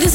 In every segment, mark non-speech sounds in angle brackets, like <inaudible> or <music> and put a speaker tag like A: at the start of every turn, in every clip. A: this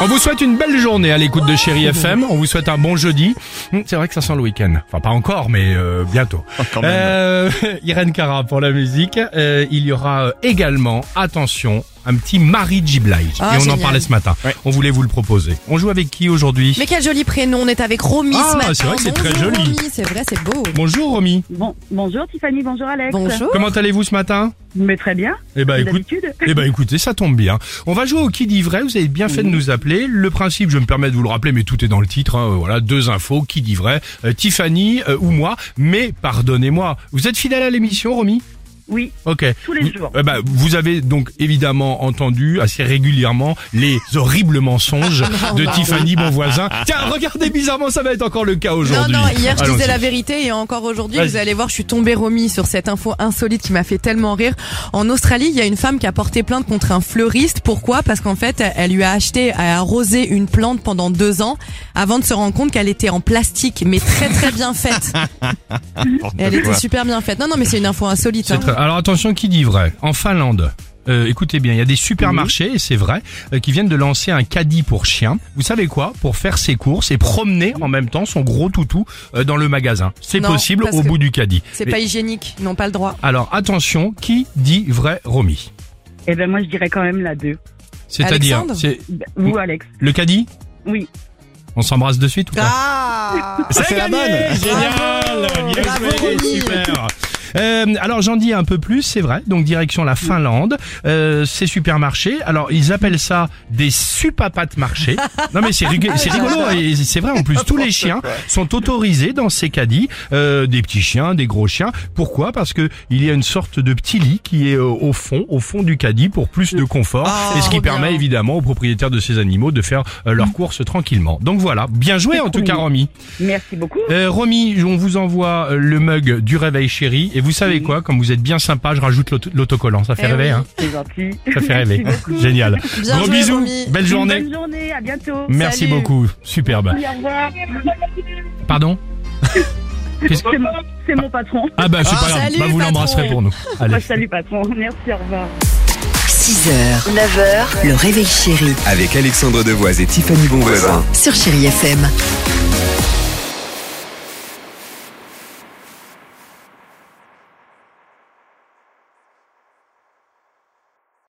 B: On vous souhaite une belle journée à l'écoute de Chéri FM. On vous souhaite un bon jeudi. Hum, C'est vrai que ça sent le week-end. Enfin, pas encore, mais euh, bientôt. Euh, <laughs> Irène Cara pour la musique. Euh, il y aura euh, également, attention, un petit Marie J. Blige.
C: Ah,
B: Et on en
C: génial.
B: parlait ce matin. On voulait vous le proposer. On joue avec qui aujourd'hui
C: Mais quel joli prénom, on est avec Romy
B: Ah,
C: ce matin.
B: c'est vrai que c'est
C: Bonjour,
B: très joli.
C: Romy, c'est vrai, c'est beau.
B: Bonjour Romy.
D: Bon, bonjour Tiffany, bonjour Alex.
C: Bonjour.
B: Comment allez-vous ce matin
D: Mais très bien,
B: Eh ben
D: comme
B: écoute,
D: d'habitude.
B: Eh ben écoutez, ça tombe bien. On va jouer au qui dit vrai. Vous avez bien fait de nous appeler. Le principe, je me permets de vous le rappeler, mais tout est dans le titre. hein. Voilà, deux infos, qui dit vrai, Euh, Tiffany euh, ou moi. Mais pardonnez-moi, vous êtes fidèle à l'émission, Romy
D: Oui,
B: Ok.
D: tous les jours.
B: Eh ben, vous avez donc évidemment entendu assez régulièrement les horribles
C: <laughs>
B: mensonges de Tiffany, mon voisin. Tiens, regardez bizarrement, ça va être encore le cas
C: Non,
B: aujourd'hui.
C: non, hier je disais
B: Allons-y.
C: la vérité et encore aujourd'hui, vous
B: Vas-y.
C: allez voir, je suis tombée Romy sur cette info insolite qui m'a fait tellement rire. En Australie, il y a une femme qui a porté plainte contre un fleuriste. Pourquoi Parce qu'en fait, elle lui a acheté à arroser une plante pendant deux ans avant de se rendre compte qu'elle était en plastique, mais très très
B: <laughs>
C: bien faite. elle était super bien faite. Non, non, mais c'est une info insolite. hein.
B: C'est très- Alors attention, qui dit vrai En Finlande. euh, écoutez bien, il y a des supermarchés,
C: Mhm.
B: et c'est vrai, euh, qui viennent de lancer un caddie pour chien. Vous savez quoi Pour faire ses courses et promener en même temps son gros toutou euh, dans le magasin. C'est
C: Non,
B: possible
C: parce
B: au
C: que
B: bout du caddie.
C: C'est
B: Mais-
C: pas hygiénique, ils n'ont pas le droit.
B: Alors attention, qui dit vrai, Romy
D: Eh ben moi je dirais quand même la 2.
B: C'est-à-dire,
C: Alexandre
B: c'est
D: Ou Alex.
B: le caddie
D: Oui.
B: On s'embrasse de suite ou pas
C: Ah
B: C'est la bonne Génial Bien
C: Bravo,
B: joué,
C: Romy.
B: super Euh, alors j'en dis un peu plus, c'est vrai. Donc direction la Finlande, euh, ces supermarchés. Alors ils appellent ça des supapates
C: <laughs>
B: marchés. Non mais c'est rigu- c'est
C: Ah,
B: rigolo et c'est vrai en plus. Tous les chiens sont autorisés dans ces caddies, euh, des petits chiens, des gros chiens. Pourquoi Parce que il y a une sorte de petit lit qui est euh, au fond, au fond du caddie pour plus de confort
C: Ah,
B: et ce qui
C: trop bien. Mm.
B: permet évidemment aux propriétaires de ces animaux de faire euh, leurs courses tranquillement. Donc voilà, bien joué en tout cas, Romy.
D: Merci beaucoup.
B: Euh, Romy, on vous envoie euh, le mug du réveil chéri. Et vous savez quoi Comme vous êtes bien sympa, je rajoute l'auto- l'autocollant. Ça fait
C: Eh
B: rêver,
C: oui.
B: hein
D: C'est gentil.
B: Ça fait
D: Merci
C: <laughs>
B: rêver.
D: beaucoup.
B: Génial.
C: Bien
B: Gros
C: joué,
B: bisous.
C: Romy.
B: Belle journée.
D: Bonne journée, à bientôt.
B: Merci
C: Salut.
B: beaucoup. Superbe.
D: Au revoir.
B: Pardon Qu'est-ce-
D: C'est mon, c'est mon patron.
B: Ah bah c'est pas grave.
C: salut,
B: Bah, vous
C: patron.
B: l'embrasserez pour nous. Allez.
D: Moi, salut patron. Merci, au revoir.
E: 6h, 9h, le réveil chéri
F: Avec Alexandre Devoise et Tiffany Bonvoisin.
E: sur Chérie FM.